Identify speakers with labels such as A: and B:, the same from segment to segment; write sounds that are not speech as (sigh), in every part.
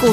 A: 股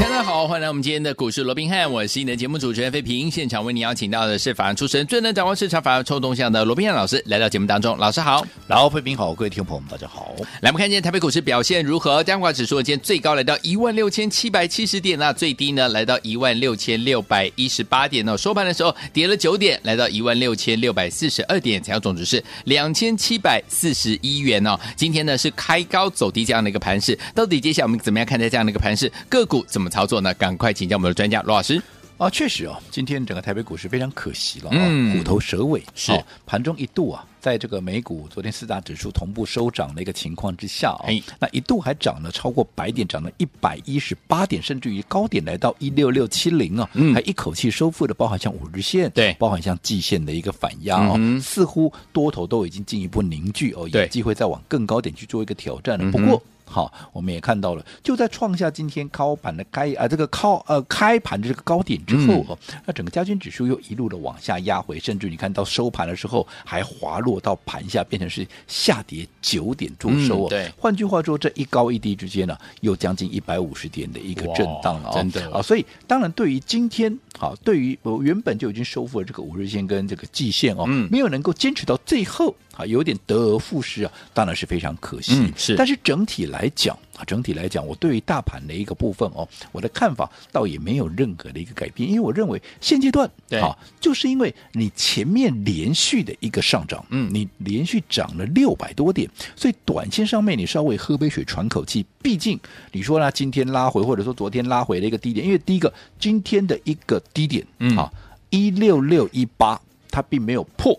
B: 大家好，欢迎来我们今天的股市罗宾汉，我是你的节目主持人费平。现场为你邀请到的是法案出身、最能掌握市场法案抽动向的罗宾汉老师，来到节目当中。老师好，
C: 然后，费平好，各位听众朋友们，大家好。
B: 来我们看见台北股市表现如何？加华指数今天最高来到一万六千七百七十点，那最低呢来到一万六千六百一十八点哦。收盘的时候跌了九点，来到一万六千六百四十二点，成交总值是两千七百四十一元哦。今天呢是开高走低这样的一个盘势，到底接下来我们怎么样看待这样的一个盘势？个股怎么操作呢？赶快请教我们的专家罗老师。
C: 啊，确实哦，今天整个台北股市非常可惜了、哦，
B: 嗯
C: 虎头蛇尾
B: 是
C: 哦盘中一度啊，在这个美股昨天四大指数同步收涨的一个情况之下、哦
B: 嘿，
C: 那一度还涨了超过百点，涨了一百一十八点，甚至于高点来到一六六七零啊，
B: 嗯
C: 还一口气收复了包含像五日线，
B: 对
C: 包含像季线的一个反压哦，
B: 嗯哼
C: 似乎多头都已经进一步凝聚哦，
B: 对
C: 有机会再往更高点去做一个挑战了。
B: 嗯
C: 不
B: 哼
C: 过。好，我们也看到了，就在创下今天高盘的开啊、这个高呃开盘的这个高点之后
B: 嗯
C: 哦，那整个加权指数又一路的往下压回，甚至你看到收盘的时候还滑落到盘下，变成是下跌九点做收哦。
B: 嗯对
C: 换句话说，这一高一低之间呢，又将近一百五十点的一个震荡了
B: 哇
C: 哦。
B: 真的
C: 啊，所以当然对于今天好，对于我原本就已经收复了这个五日线跟这个季线哦，
B: 嗯
C: 没有能够坚持到最后啊，有点得而复失啊，当然是非常可惜。
B: 嗯是
C: 但是整体来讲啊，整体来讲，我对于大盘的一个部分哦，我的看法倒也没有任何的一个改变，因为我认为现阶段
B: 对
C: 啊，就是因为你前面连续的一个上涨，
B: 嗯
C: 你连续涨了六百多点，所以短线上面你稍微喝杯水喘口气，毕竟你说呢，今天拉回或者说昨天拉回的一个低点，因为第一个今天的一个低点，
B: 嗯
C: 啊，一六六一八，它并没有破。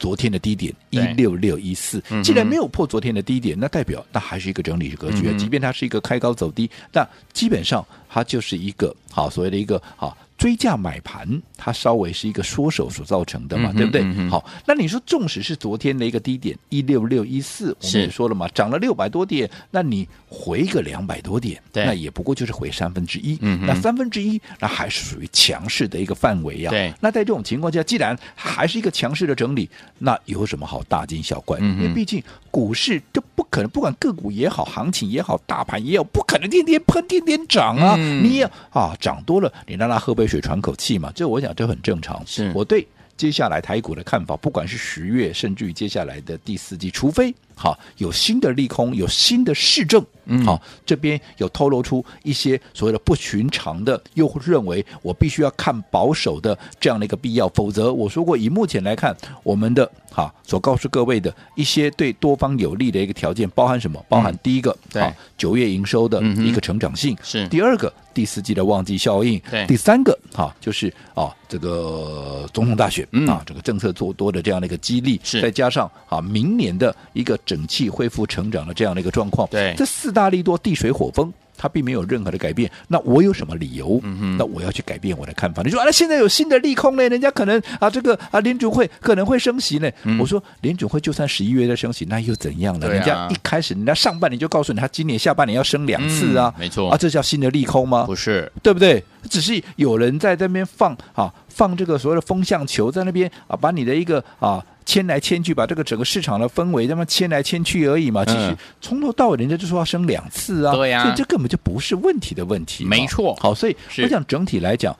C: 昨天的低点一
B: 对
C: 六六一四
B: 嗯哼，
C: 既然没有破昨天的低点，那代表那还是一个整理格局啊
B: 嗯。哼
C: 即便它是一个开高走低，那基本上它就是一个好所谓的一个好追价买盘，它稍微是一个缩手所造成的嘛，
B: 嗯哼
C: 对不对
B: 嗯？哼
C: 好，那你说纵使是昨天的一个低点一六六一四，我
B: 是
C: 们也说了嘛，涨了六百多点，那你回个两百多点，
B: 对
C: 那也不过就是回三分之一
B: 嗯哼。
C: 那三分之一，那还是属于强势的一个范围呀、
B: 对
C: 那在这种情况下，既然还是一个强势的整理，那有什么好大惊小怪？
B: 嗯哼
C: 因为毕竟股市这不可能，不管个股也好，行情也好，大盘也好，不可能天天喷、天天涨啊！
B: 嗯
C: 你也啊，涨多了，你让它喝杯水、喘口气嘛，这我想这很正常。
B: 是
C: 我对。接下来台股的看法，不管是十月，甚至于接下来的第四季，除非好有新的利空，有新的市政，
B: 嗯
C: 好、这边有透露出一些所谓的不寻常的，又认为我必须要看保守的这样的一个必要，否则我说过，以目前来看，我们的哈、所告诉各位的一些对多方有利的一个条件，包含什么？包含第一个，
B: 嗯对
C: 啊九、月营收的
B: 嗯哼
C: 一个成长性，
B: 是
C: 第二个第四季的旺季效应，
B: 对
C: 第三个哈、就是啊这个呃总统大选、
B: 嗯
C: 啊这个政策做多的这样的一个激励，
B: 是
C: 再加上啊明年的一个整气恢复成长的这样的一个状况，
B: 对
C: 这四大利多地水火风。它并没有任何的改变，那我有什么理由？
B: 嗯
C: 那我要去改变我的看法？你说啊，那现在有新的利空嘞，人家可能啊，这个啊，联准会可能会升息呢。我说联准会就算十一月在升息，那又怎样呢？
B: 嗯对啊
C: 人家一开始，人家上半年就告诉你，他今年下半年要升两次啊，
B: 嗯没错
C: 啊，这叫新的利空吗？
B: 不是，
C: 对不对？只是有人在那边放啊，放这个所谓的风向球在那边啊，把你的一个啊牵来牵去，把这个整个市场的氛围那么牵来牵去而已嘛。其实
B: 嗯
C: 从头到尾人家就说要升两次啊，
B: 对呀
C: 所以这根本就不是问题的问题嘛。
B: 没错
C: 好，所以
B: 是
C: 我想整体来讲，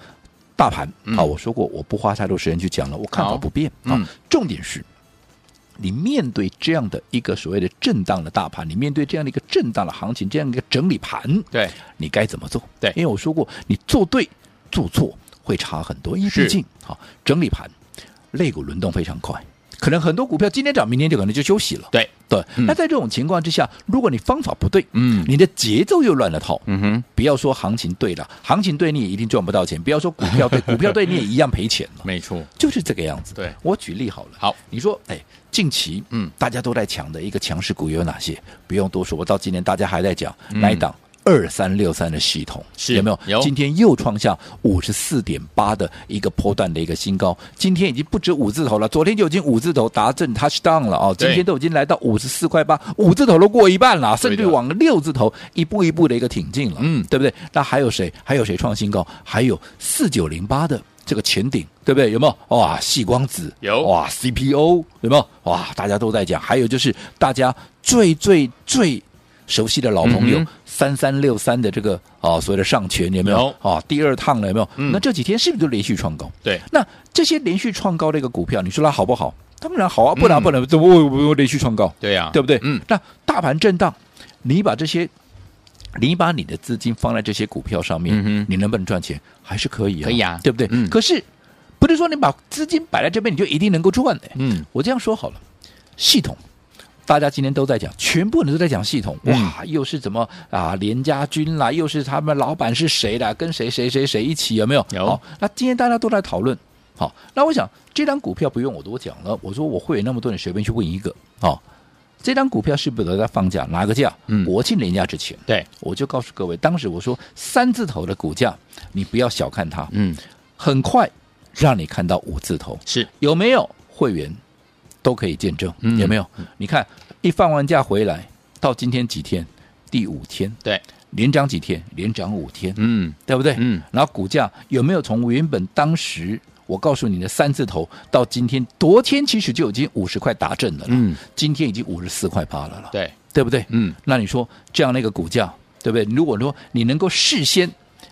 C: 大盘啊
B: 嗯
C: 好，我说过我不花太多时间去讲了，我看法
B: 好
C: 不变啊。
B: 嗯
C: 重点是，你面对这样的一个所谓的震荡的大盘，你面对这样的一个震荡的行情，这样一个整理盘，
B: 对，
C: 你该怎么做？
B: 对
C: 因为我说过，你做对做错会差很多，因为
B: 是
C: 毕竟好整理盘，肋骨轮动非常快，可能很多股票今天涨，明天就可能就休息了。
B: 对，
C: 对，
B: 嗯
C: 那在这种情况之下，如果你方法不对，
B: 嗯
C: 你的节奏又乱了套，
B: 嗯哼，
C: 不要说行情对了，行情对你也一定赚不到钱，不要说股票
B: (laughs)
C: 对，股票对你也一样赔钱了，
B: 没错，
C: 就是这个样子。
B: 对
C: 我举例好了，
B: 好，
C: 你说，哎，近期
B: 嗯
C: 大家都在抢的一个强势股有哪些？不用多说，我到今年大家还在讲那一档。二三六三的系统，
B: 嗯是
C: 有没有？
B: 有
C: 今天又创下五十四点八的一个波段的一个新高，今天已经不止五字头了，昨天就已经五字头达阵 touchdown 了哦，今
B: 对
C: 天都已经来到五十四块八，五字头都过一半了，甚
B: 对
C: 至
B: 的
C: 往六字头一步一步的一个挺进了，
B: 嗯
C: 对不对？那还有谁？还有谁创新高？还有四九零八的这个前顶，对不对？有没有？哇，细光子
B: 有
C: 哇，CPU 有没有？哇，大家都在讲。还有就是大家最最最熟悉的老朋友
B: 嗯哼
C: 三三六三的这个啊所谓的上权有没有？啊，第二趟了有没有？
B: 嗯
C: 那这几天是不是就连续创高？
B: 对，
C: 那这些连续创高的一个股票，你说它好不好？当然好啊，不然
B: 嗯
C: 不能怎么会不会连续创高？
B: 对呀，
C: 对不对？
B: 嗯，
C: 那大盘震荡，你把这些，你把你的资金放在这些股票上面，
B: 嗯哼
C: 你能不能赚钱？还是可以啊，
B: 可以啊
C: 对不对？
B: 嗯
C: 可是不是说你把资金摆在这边，你就一定能够赚的、
B: 嗯，
C: 我这样说好了，系统。大家今天都在讲，全部人都在讲系统，
B: 嗯
C: 哇，又是怎么啊？连家军啦，又是他们老板是谁啦，跟谁谁谁谁一起，有没有？
B: 有
C: 好，那今天大家都在讨论，好，那我想这张股票不用我多讲了，我说我会员那么多人随便去问一个，好，这张股票是不是都在放假？哪个价？
B: 嗯
C: 国庆连假之前，
B: 对，
C: 我就告诉各位，当时我说三字头的股价，你不要小看它，
B: 嗯，
C: 很快让你看到五字头，
B: 是
C: 有没有会员都可以见证，
B: 嗯
C: 有没有？你看一放完假回来，到今天几天？第五天，
B: 对，
C: 连涨几天？连涨五天，
B: 嗯，
C: 对不对？
B: 嗯。
C: 然后股价有没有从原本当时我告诉你的三字头，到今天昨天其实就已经五十块达阵了，
B: 嗯，
C: 今天已经五十四块八了了，
B: 啊对，
C: 对不对？
B: 嗯，
C: 那你说这样的一个股价，对不对？如果说你能够事先。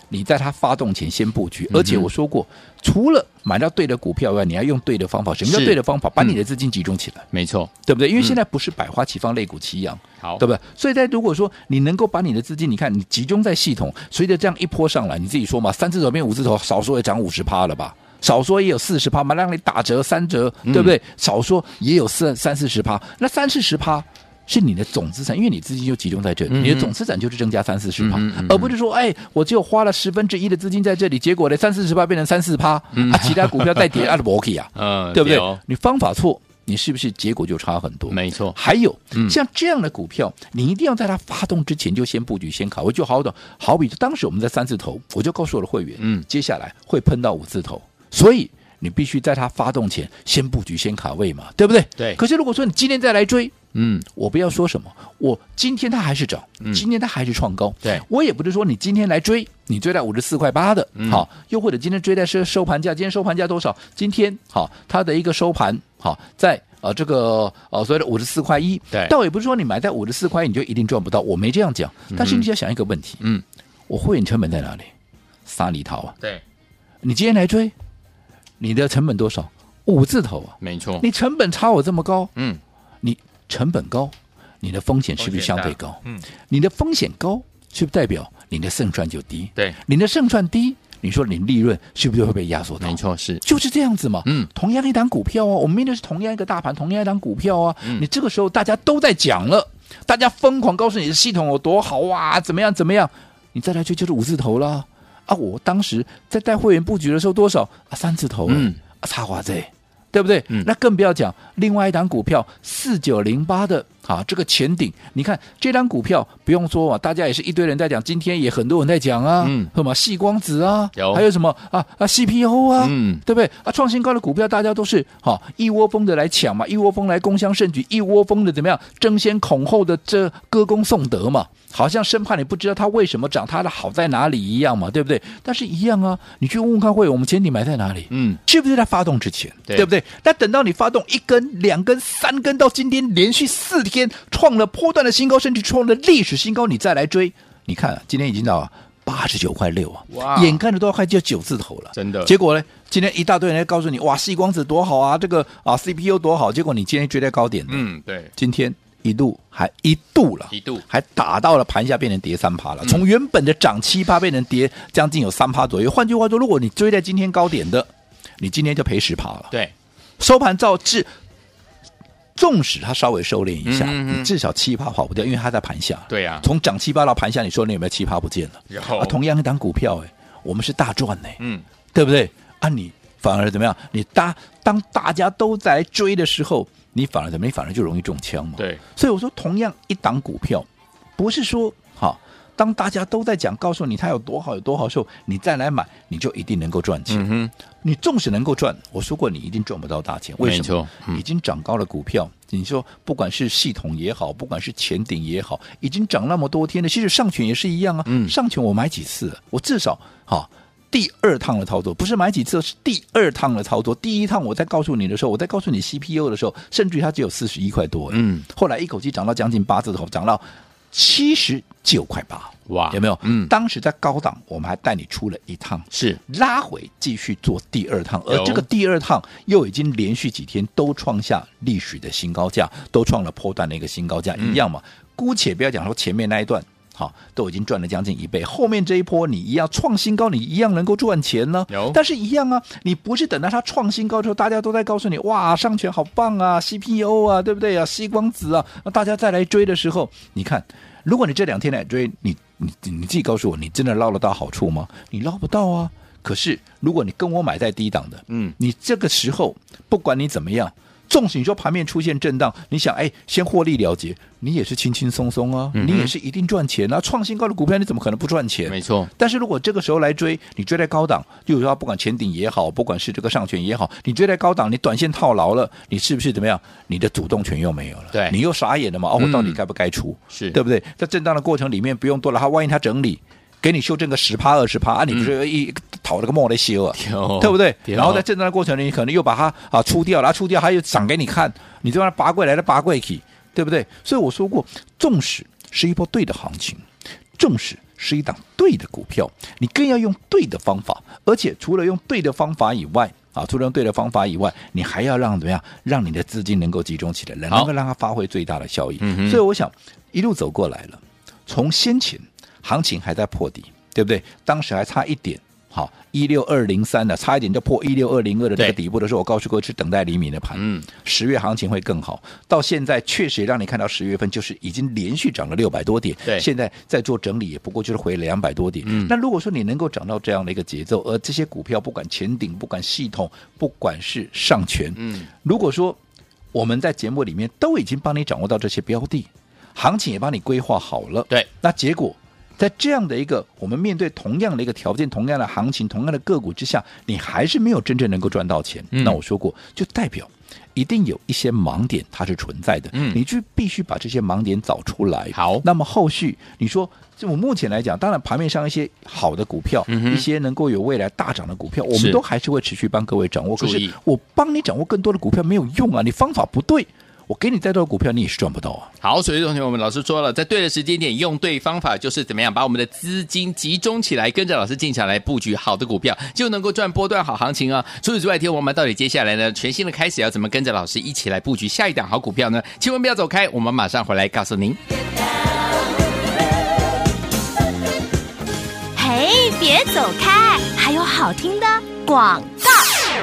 C: 你在它发动前先布
B: 嗯
C: 局，而且我说过，除了买到对的股票以外，你要用对的方法。什么叫
B: 是
C: 对的方法？把
B: 嗯
C: 你的资金集中起来，
B: 没错，
C: 对不对？因为现在不是百花齐放、类股齐扬，
B: 好，
C: 对不对？所以在如果说你能够把你的资金，你看你集中在系统，随着这样一波上来，你自己说嘛，三字头变五字头，少说也涨五十趴了吧？少说也有四十趴嘛，让你打折三折，
B: 嗯
C: 对不对？少说也有四三四十趴，那三四十趴。是你的总资产，因为你资金就集中在这里，
B: 嗯
C: 你的总资产就是增加三四十趴
B: 嗯嗯嗯，
C: 而不是说，哎，我只有花了十分之一的资金在这里，结果呢，三四十趴变成三四趴，啊，其他股票再跌，啊，不
B: (laughs)
C: OK 啊，
B: 嗯，
C: 对不对
B: 哦？
C: 你方法错，你是不是结果就差很多？
B: 没错，
C: 还有
B: 嗯
C: 像这样的股票，你一定要在它发动之前就先布局、先卡位，就好懂。好比当时我们在三字头，我就告诉我的会员，
B: 嗯
C: 接下来会碰到五字头，所以你必须在它发动前先布局、先卡位嘛，对不对？
B: 对
C: 可是如果说你今天再来追，
B: 嗯，
C: 我不要说什么，我今天它还是涨，今天它还是创高。
B: 对
C: 我也不是说你今天来追，你追到五十四块八的，
B: 嗯
C: 好，又或者今天追在收收盘价，今天收盘价多少？今天好，它的一个收盘好在。呃，这个呃，所谓的五十四块一，
B: 对
C: 倒也不是说你买在五十四块一你就一定赚不到，我没这样讲。但是你要想一个问题，
B: 嗯，
C: 我会员成本在哪里？沙里桃啊，
B: 对，
C: 你今天来追，你的成本多少？五字头啊，
B: 没错，
C: 你成本差我这么高，
B: 嗯，
C: 你成本高，你的风险是不是相对高？
B: 嗯，
C: 你的风险高，是不是代表你的胜算就低？
B: 对，
C: 你的胜算低，你说你利润是不是就会被压缩到？
B: 没，错，是，
C: 就是这样子嘛。
B: 嗯
C: 同样一档股票啊，我们面对是同样一个大盘，同样一档股票啊，
B: 嗯
C: 你这个时候大家都在讲了，大家疯狂告诉你的系统有多好啊，怎么样怎么样，你再来追就是五字头啦。啊，我当时在带会员布局的时候多少啊？三字头、
B: 嗯
C: 嗯，啊，差华这。对不对？
B: 嗯
C: 那更不要讲另外一档股票四九零八的啊，这个前顶，你看这档股票不用说啊，大家也是一堆人在讲，今天也很多人在讲啊，
B: 嗯
C: 什么细光子啊，
B: 有
C: 还有什么啊啊 CPU 啊，
B: 嗯，
C: 对不对？啊，创新高的股票大家都是哈、一窝蜂的来抢嘛，一窝蜂来攻相胜举，一窝蜂的怎么样争先恐后的这歌功颂德嘛，好像生怕你不知道它为什么涨，它的好在哪里一样嘛，对不对？但是一样啊，你去问问看会，我们前底买在哪里？
B: 嗯，
C: 是不是在发动之前，
B: 对
C: 不对？那等到你发动一根、两根、三根，到今天连续四天创了波段的新高，甚至创了历史新高，你再来追，你看、啊、今天已经到八十九块六啊，
B: 哇
C: 眼看着都要快就九字头了，
B: 真的
C: 结果呢，今天一大堆人在告诉你，哇，细光子多好啊，这个啊 CPU 多好，结果你今天追在高点的，
B: 嗯，对，
C: 今天一度还一度了，
B: 一度嗯
C: 还打到了盘下，变成跌三趴了。从原本的涨七趴变成跌将近有三趴左右。换句话说，如果你追在今天高点的，你今天就赔十趴了。
B: 对，
C: 收盘照至，纵使它稍微收敛一下，
B: 嗯嗯嗯
C: 你至少七趴跑不掉，因为它在盘下。
B: 对啊
C: 从涨七趴到盘下，你说你有没有七趴不见了？
B: 有
C: 啊，同样一档股票、哎，我们是大赚呢、哎
B: 嗯，
C: 对不对？啊，你反而怎么样？你大当大家都在追的时候，你反而怎么样？你反而就容易中枪嘛。
B: 对，
C: 所以我说，同样一档股票，不是说好当大家都在讲，告诉你它有多好有多好的时候，你再来买，你就一定能够赚钱。
B: 嗯哼，
C: 你纵使能够赚，我说过你一定赚不到大钱，为
B: 没
C: 什
B: 错
C: 么？
B: 嗯
C: 已经涨高了股票，你说不管是系统也好，不管是前顶也好，已经涨那么多天了，其实上权也是一样啊。
B: 嗯
C: 上权我买几次了？我至少哈。第二趟的操作不是买几次，是第二趟的操作。第一趟我在告诉你的时候，我在告诉你 CPU 的时候，甚至于它只有四十一块多，
B: 嗯，
C: 后来一口气涨到将近八字头，涨到七十九块八，
B: 哇
C: 有没有？
B: 嗯
C: 当时在高档，我们还带你出了一趟，
B: 是
C: 拉回继续做第二趟，而
B: 有
C: 这个第二趟又已经连续几天都创下历史的新高价，都创了破断的一个新高价，一样嘛。
B: 嗯
C: 姑且不要讲说前面那一段。好，都已经赚了将近一倍，后面这一波你一样创新高，你一样能够赚钱呢。
B: 有
C: 但是一样啊，你不是等到它创新高之后，大家都在告诉你哇，上权好棒啊，CPU 啊，对不对啊，吸光子啊，那大家再来追的时候，你看，如果你这两天来追，你你你自己告诉我，你真的捞得到好处吗？你捞不到啊。可是如果你跟我买在低档的，
B: 嗯
C: 你这个时候不管你怎么样。纵使你说盘面出现震荡，你想哎，先获利了结，你也是轻轻松松啊，
B: 嗯哼
C: 你也是一定赚钱啊。创新高的股票，你怎么可能不赚钱？
B: 没错，
C: 但是如果这个时候来追，你追在高档，例如说不管前顶也好，不管是这个上权也好，你追在高档，你短线套牢了，你是不是怎么样？你的主动权又没有了，
B: 对
C: 你又傻眼了嘛？哦，我到底
B: 嗯
C: 该不该出？
B: 是
C: 对不对？在震荡的过程里面不用多了，它万一它整理。给你修正个十趴二十趴啊，你不
B: 嗯
C: 是一讨了个莫雷啊西尔，
B: 有
C: 对不对？
B: 有
C: 然后在震荡的过程里，你可能又把它啊出掉，然后出掉，它又涨给你看，你就让它拔贵来的拔贵去，对不对？所以我说过，纵使是一波对的行情，纵使是一档对的股票，你更要用对的方法，而且除了用对的方法以外。啊，除了用对的方法以外，你还要让怎么样？让你的资金能够集中起来，能
B: 好
C: 够让它发挥最大的效益。
B: 嗯哼
C: 所以我想，一路走过来了，从先前行情还在破底，对不对？当时还差一点。好，一六二零三的，差一点就破一六二零二的这
B: 对
C: 个底部的时候，我告诉各位是等待黎明的盘。
B: 嗯，
C: 十月行情会更好。到现在确实也让你看到十月份就是已经连续涨了六百多点，
B: 对
C: 现在在做整理，也不过就是回了两百多点。
B: 嗯
C: 那如果说你能够涨到这样的一个节奏，呃而这些股票不管前顶，不管系统，不管是上权，
B: 嗯，
C: 如果说我们在节目里面都已经帮你掌握到这些标的，行情也帮你规划好了，
B: 对，
C: 那结果。在这样的一个我们面对同样的一个条件、同样的行情、同样的个股之下，你还是没有真正能够赚到钱。
B: 嗯
C: 那我说过，就代表一定有一些盲点它是存在的。
B: 嗯
C: 你就必须把这些盲点找出来。
B: 好
C: 那么后续你说，就我目前来讲，当然盘面上一些好的股票，
B: 嗯哼
C: 一些能够有未来大涨的股票，我
B: 是
C: 们都还是会持续帮各位掌握。
B: 注
C: 可
B: 意
C: 是我帮你掌握更多的股票没有用啊，你方法不对，我给你再多的股票你也是赚不到啊。
B: 好，所以同学们，我们老师说了，在对的时间点用对方法，就是怎么样把我们的资金集中起来，跟着老师进场来布局好的股票，就能够赚波段好行情啊。除此之外，天王们到底接下来呢，全新的开始要怎么跟着老师一起来布局下一档好股票呢？千万不要走开，我们马上回来告诉您。
A: 嘿，别走开，还有好听的广告。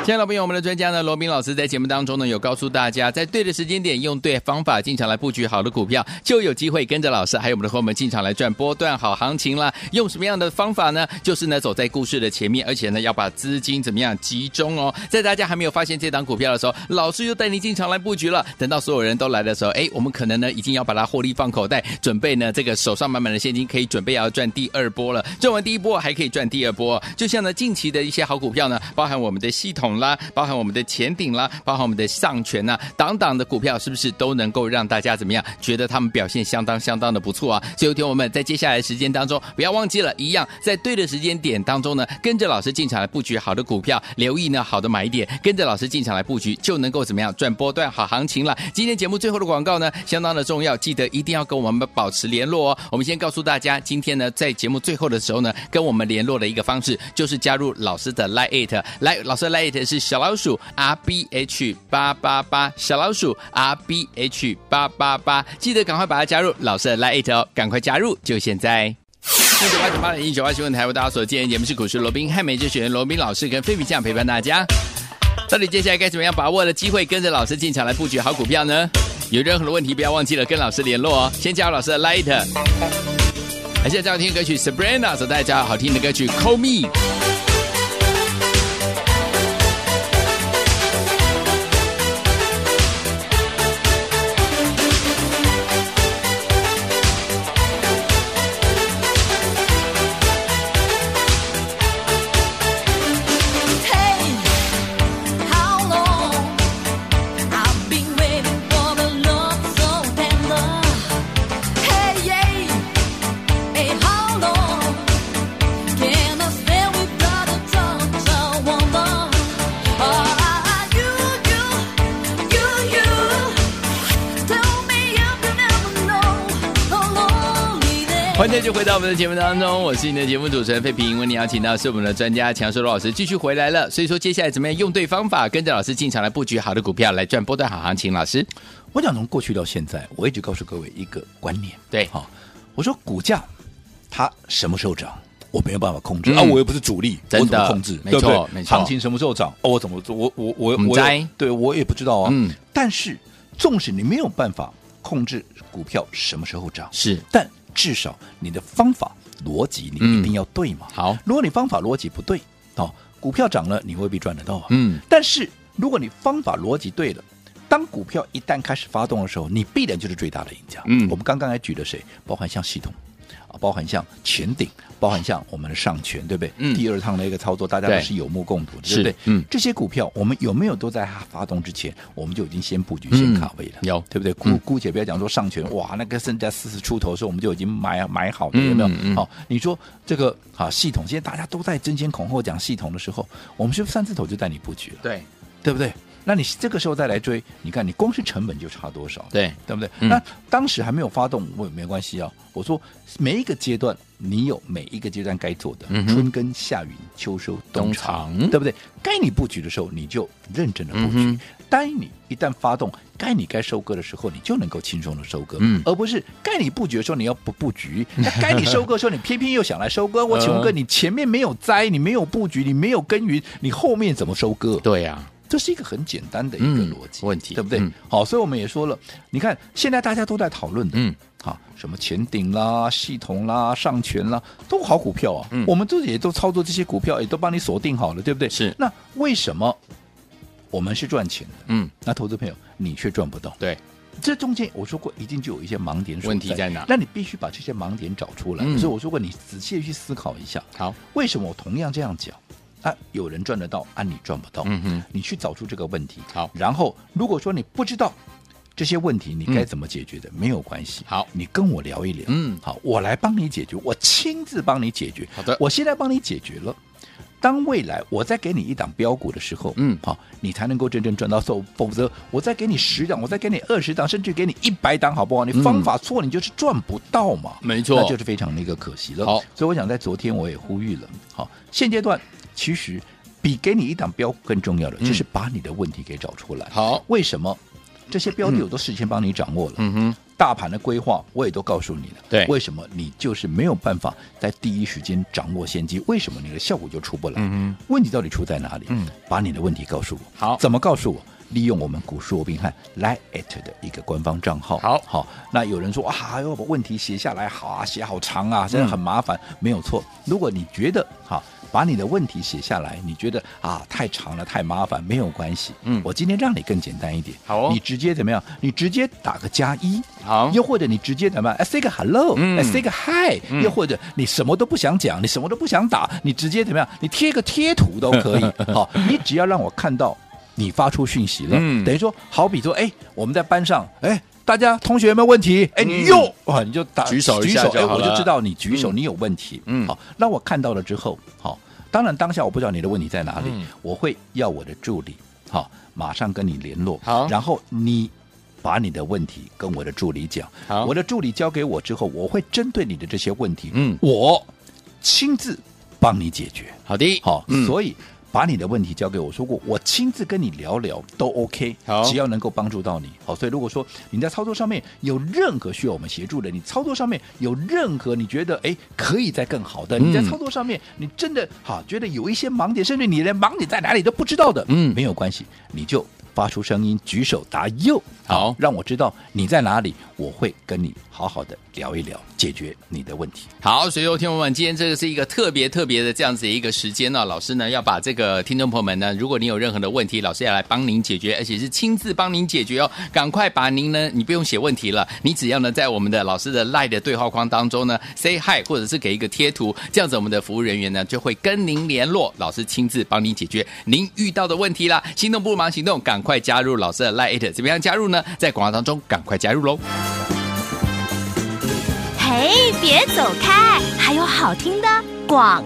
B: 亲爱的朋友我们的专家呢，罗斌老师在节目当中呢，有告诉大家，在对的时间点用对方法进场来布局好的股票，就有机会跟着老师还有我们的伙伴们进场来赚波段好行情啦。用什么样的方法呢？就是呢，走在故事的前面，而且呢，要把资金怎么样集中哦。在大家还没有发现这档股票的时候，老师又带你进场来布局了。等到所有人都来的时候，哎，我们可能呢已经要把它获利放口袋，准备呢这个手上满满的现金，可以准备要赚第二波了。赚完第一波还可以赚第二波哦，就像呢近期的一些好股票呢，包含我们的系统啦，包含我们的前顶啦，包含我们的上权呐、档档的股票是不是都能够让大家怎么样觉得他们表现相当相当的不错啊？所以，听我们在接下来的时间当中，不要忘记了，一样在对的时间点当中呢，跟着老师进场来布局好的股票，留意呢好的买点，跟着老师进场来布局就能够怎么样赚波段好行情了。今天节目最后的广告呢，相当的重要，记得一定要跟我们保持联络哦。我们先告诉大家，今天呢在节目最后的时候呢，跟我们联络的一个方式就是加入老师的 Line It，来老师的 Line It 是小老鼠 R B H 八八八，小老鼠 R B H 八八八，记得赶快把它加入老师的 Line It 哦，赶快加入，就现在。六九八九八零一九八新闻台为大家所见，节目是股市罗宾汉美哲学员罗宾老师跟菲比酱陪伴大家。到底接下来该怎么样把握的机会，跟着老师进场来布局好股票呢？有任何的问题，不要忘记了跟老师联络哦。先加入老师的 Light，而且要听的歌曲 Sabrina 所带来好听的歌曲 Call Me。
D: Call
B: 天就回到我们的节目当中，我是你的节目主持人费平。为你邀请到是我们的专家强叔罗老师继续回来了，所以说接下来怎么样用对方法，跟着老师进场来布局好的股票，来赚波段好行情。老师，
C: 我想从过去到现在，我一直告诉各位一个观念，
B: 对
C: 好、我说股价它什么时候涨，我没有办法控制、
B: 嗯
C: 啊，我又不是主力，
B: 真的
C: 我怎么控制？
B: 没错
C: 对不对
B: 没错
C: 行情什么时候涨，哦我怎么做？我我我
B: 唔
C: 我
B: 知
C: 也对我也不知道啊。
B: 嗯
C: 但是纵使你没有办法控制股票什么时候涨，
B: 是
C: 但至少你的方法逻辑你
B: 嗯
C: 一定要对嘛。
B: 好
C: 如果你方法逻辑不对，哦，股票涨了你未必赚得到啊。
B: 嗯，
C: 但是如果你方法逻辑对了，当股票一旦开始发动的时候，你必然就是最大的赢家。
B: 嗯
C: 我们刚刚还举了谁？包含像系统。啊，包含像前顶，包含像我们的上权，对不对？
B: 嗯
C: 第二趟的一个操作，大家都
B: 对
C: 是有目共睹的，
B: 是
C: 对不对？
B: 嗯
C: 这些股票我们有没有都在它发动之前，我们就已经先布局、
B: 嗯
C: 先卡位了？
B: 有
C: 对不对？姑
B: 嗯
C: 姑且不要讲说上权，哇，那个剩在四十出头的时候，我们就已经买买好了，有没有？
B: 嗯嗯嗯
C: 好、你说这个啊，系统现在大家都在争先恐后讲系统的时候，我们是不是三字头就带你布局了？
B: 对
C: 对不对？那你这个时候再来追，你看你光是成本就差多少，
B: 对，
C: 对不对？
B: 嗯
C: 那当时还没有发动，我也没关系啊。我说每一个阶段你有每一个阶段该做的，
B: 嗯哼
C: 春耕、夏耘、秋收、冬
B: 冬
C: 藏，
B: 藏
C: 对不对？该你布局的时候，你就认真的布局。
B: 嗯
C: 该你一旦发动，该你该收割的时候，你就能够轻松的收割，
B: 嗯
C: 而不是该你布局的时候你要不布
B: (laughs)
C: 局，那该你收割的时候你偏偏又想来收割。我请问哥，
B: 嗯
C: 你前面没有栽，你没有布局，你没有耕耘，你后面怎么收割？
B: 对呀、
C: 这是一个很简单的一个逻辑、
B: 嗯问题
C: 对不对、
B: 嗯
C: 好，所以我们也说了，你看现在大家都在讨论的，
B: 嗯，
C: 好，啊什么前顶啦、系统啦、上权啦，都好股票啊，
B: 嗯
C: 我们自己也都操作这些股票，也都帮你锁定好了，对不对？
B: 是
C: 那为什么我们是赚钱的，
B: 嗯，
C: 那投资朋友你却赚不到？
B: 对，
C: 这中间我说过，一定就有一些盲点所
B: 问题在哪
C: 那你必须把这些盲点找出来。
B: 嗯
C: 所以我说过，你仔细地去思考一下，
B: 好，
C: 为什么我同样这样讲？啊，有人赚得到，啊，你赚不到。
B: 嗯哼，
C: 你去找出这个问题。
B: 好
C: 然后如果说你不知道这些问题，你
B: 嗯
C: 该怎么解决的，没有关系。
B: 好
C: 你跟我聊一聊。
B: 嗯
C: 好，我来帮你解决，我亲自帮你解决。
B: 好的
C: 我现在帮你解决了。当未来我再给你一档标股的时候，
B: 嗯
C: 好，你才能够真正赚到手，否则我再给你十档，我再给你二十档，甚至给你一百档，好不好？你
B: 嗯
C: 方法错，你就是赚不到嘛。
B: 没错
C: 那就是非常的一个可惜了。
B: 好
C: 所以我想在昨天我也呼吁了，好，现阶段其实比给你一档标更重要的，
B: 嗯
C: 就是把你的问题给找出来。
B: 好，
C: 为什么这些标的我都事先帮你掌握了？
B: 嗯哼，
C: 大盘的规划我也都告诉你了，
B: 对
C: 为什么你就是没有办法在第一时间掌握先机？为什么你的效果就出不来？
B: 嗯
C: 问题到底出在哪里？
B: 嗯，
C: 把你的问题告诉我。
B: 好
C: 怎么告诉我？利用我们股市罗宾汉 Line at 的一个官方账号。
B: 好
C: 好，那有人说啊，要把问题写下来，好啊，写好长啊，真的很麻烦。
B: 嗯
C: 没有错，如果你觉得哈、把你的问题写下来，你觉得啊太长了，太麻烦，没有关系。
B: 嗯
C: 我今天让你更简单一点。
B: 好哦
C: 你直接怎么样？你直接打个加一。
B: 好
C: 又或者你直接怎么样？哎，say 个 hello，
B: 嗯
C: 哎，say 个 hi，
B: 嗯
C: 又或者你什么都不想讲，你什么都不想打，你直接怎么样？你贴个贴图都可
B: (laughs)
C: 以。好，你只要让我看到你发出讯息了，
B: 嗯
C: 等于说，好比说，哎，我们在班上，哎。大家同学有没有问题？哎，你又哇，你就打
B: 嗯举手一
C: 举
B: 下
C: 手，
B: 就
C: 哎，
B: 好
C: 我
B: 了
C: 就知道你举手，
B: 嗯
C: 你有问题。
B: 嗯
C: 好，那我看到了之后，好，当然当下我不知道你的问题在哪里
B: 嗯，
C: 我会要我的助理，好，马上跟你联络。
B: 好
C: 然后你把你的问题跟我的助理讲，
B: 好
C: 我的助理交给我之后，我会针对你的这些问题，
B: 嗯
C: 我亲自帮你解决。
B: 好的，
C: 好，
B: 嗯，
C: 所以把你的问题交给我，说过我亲自跟你聊聊都 OK，
B: 好
C: 只要能够帮助到你。好，所以如果说你在操作上面有任何需要我们协助的，你操作上面有任何你觉得哎可以再更好的，
B: 嗯
C: 你在操作上面你真的哈觉得有一些盲点，甚至你连盲点在哪里都不知道的，
B: 嗯
C: 没有关系，你就。发出声音，举手答右，
B: 好
C: 让我知道你在哪里，我会跟你好好的聊一聊，解决你的问题。
B: 好，所以说听众朋友们，今天这个是一个特别特别的这样子的一个时间呢、老师呢要把这个听众朋友们呢，如果你有任何的问题，老师要来帮您解决，而且是亲自帮您解决哦。赶快把您呢，你不用写问题了，你只要呢在我们的老师的 Line 的对话框当中呢 say hi，或者是给一个贴图，这样子我们的服务人员呢就会跟您联络，老师亲自帮您解决您遇到的问题啦。心动不如马上行动，赶快加入老师的 Line，怎么样加入呢？在广告当中赶快加入喽。
A: 嘿，别走开，还有好听的。广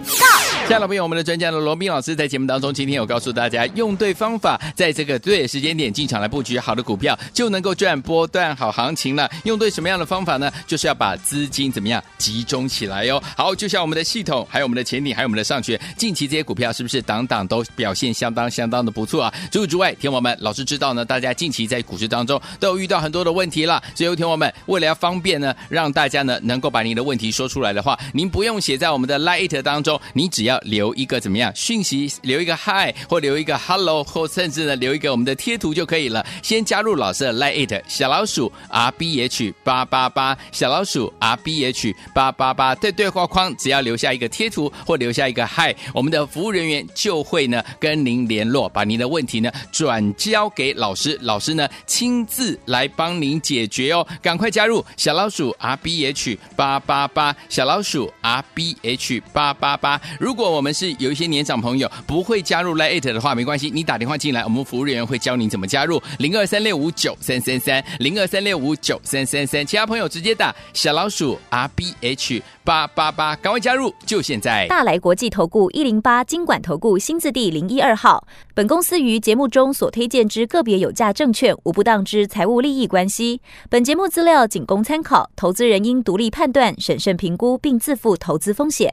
B: 亲爱的朋友我们的专家罗罗斌老师在节目当中，今天有告诉大家，用对方法，在这个对的时间点进场来布局好的股票，就能够赚波段好行情了。用对什么样的方法呢？就是要把资金怎么样集中起来哦。好，就像我们的系统，还有我们的前顶，还有我们的上学，近期这些股票是不是档档都表现相当相当的不错啊？除此之外，天王们，老师知道呢，大家近期在股市当中都有遇到很多的问题了，所以天王们为了要方便呢，让大家呢能够把您的问题说出来的话，您不用写在我们的 Lite 当中，你只要留一个怎么样讯息，留一个 Hi 或留一个 Hello，或甚至呢留一个我们的贴图就可以了。先加入老师的 Lite 小老鼠 R B H 八八八小老鼠 R B H 八八八，在对话框只要留下一个贴图或留下一个 Hi，我们的服务人员就会呢跟您联络，把您的问题呢转交给老师，老师呢亲自来帮您解决哦。赶快加入小老鼠 R B H 八八八，小老鼠 R B H 八八八。如果我们是有一些年长朋友不会加入 Lite 的话，没关系，你打电话进来，我们服务人员会教你怎么加入零二三六五九三三三零二三六五九三三三。其他朋友直接打小老鼠 R B H 八八八，赶快加入，就现在。
E: 大来国际投顾一零八金管投顾新字第零一二号。本公司于节目中所推荐之个别有价证券，无不当之财务利益关系。本节目资料仅供参考，投资人应独立判断、审慎评估，并自负投资风险。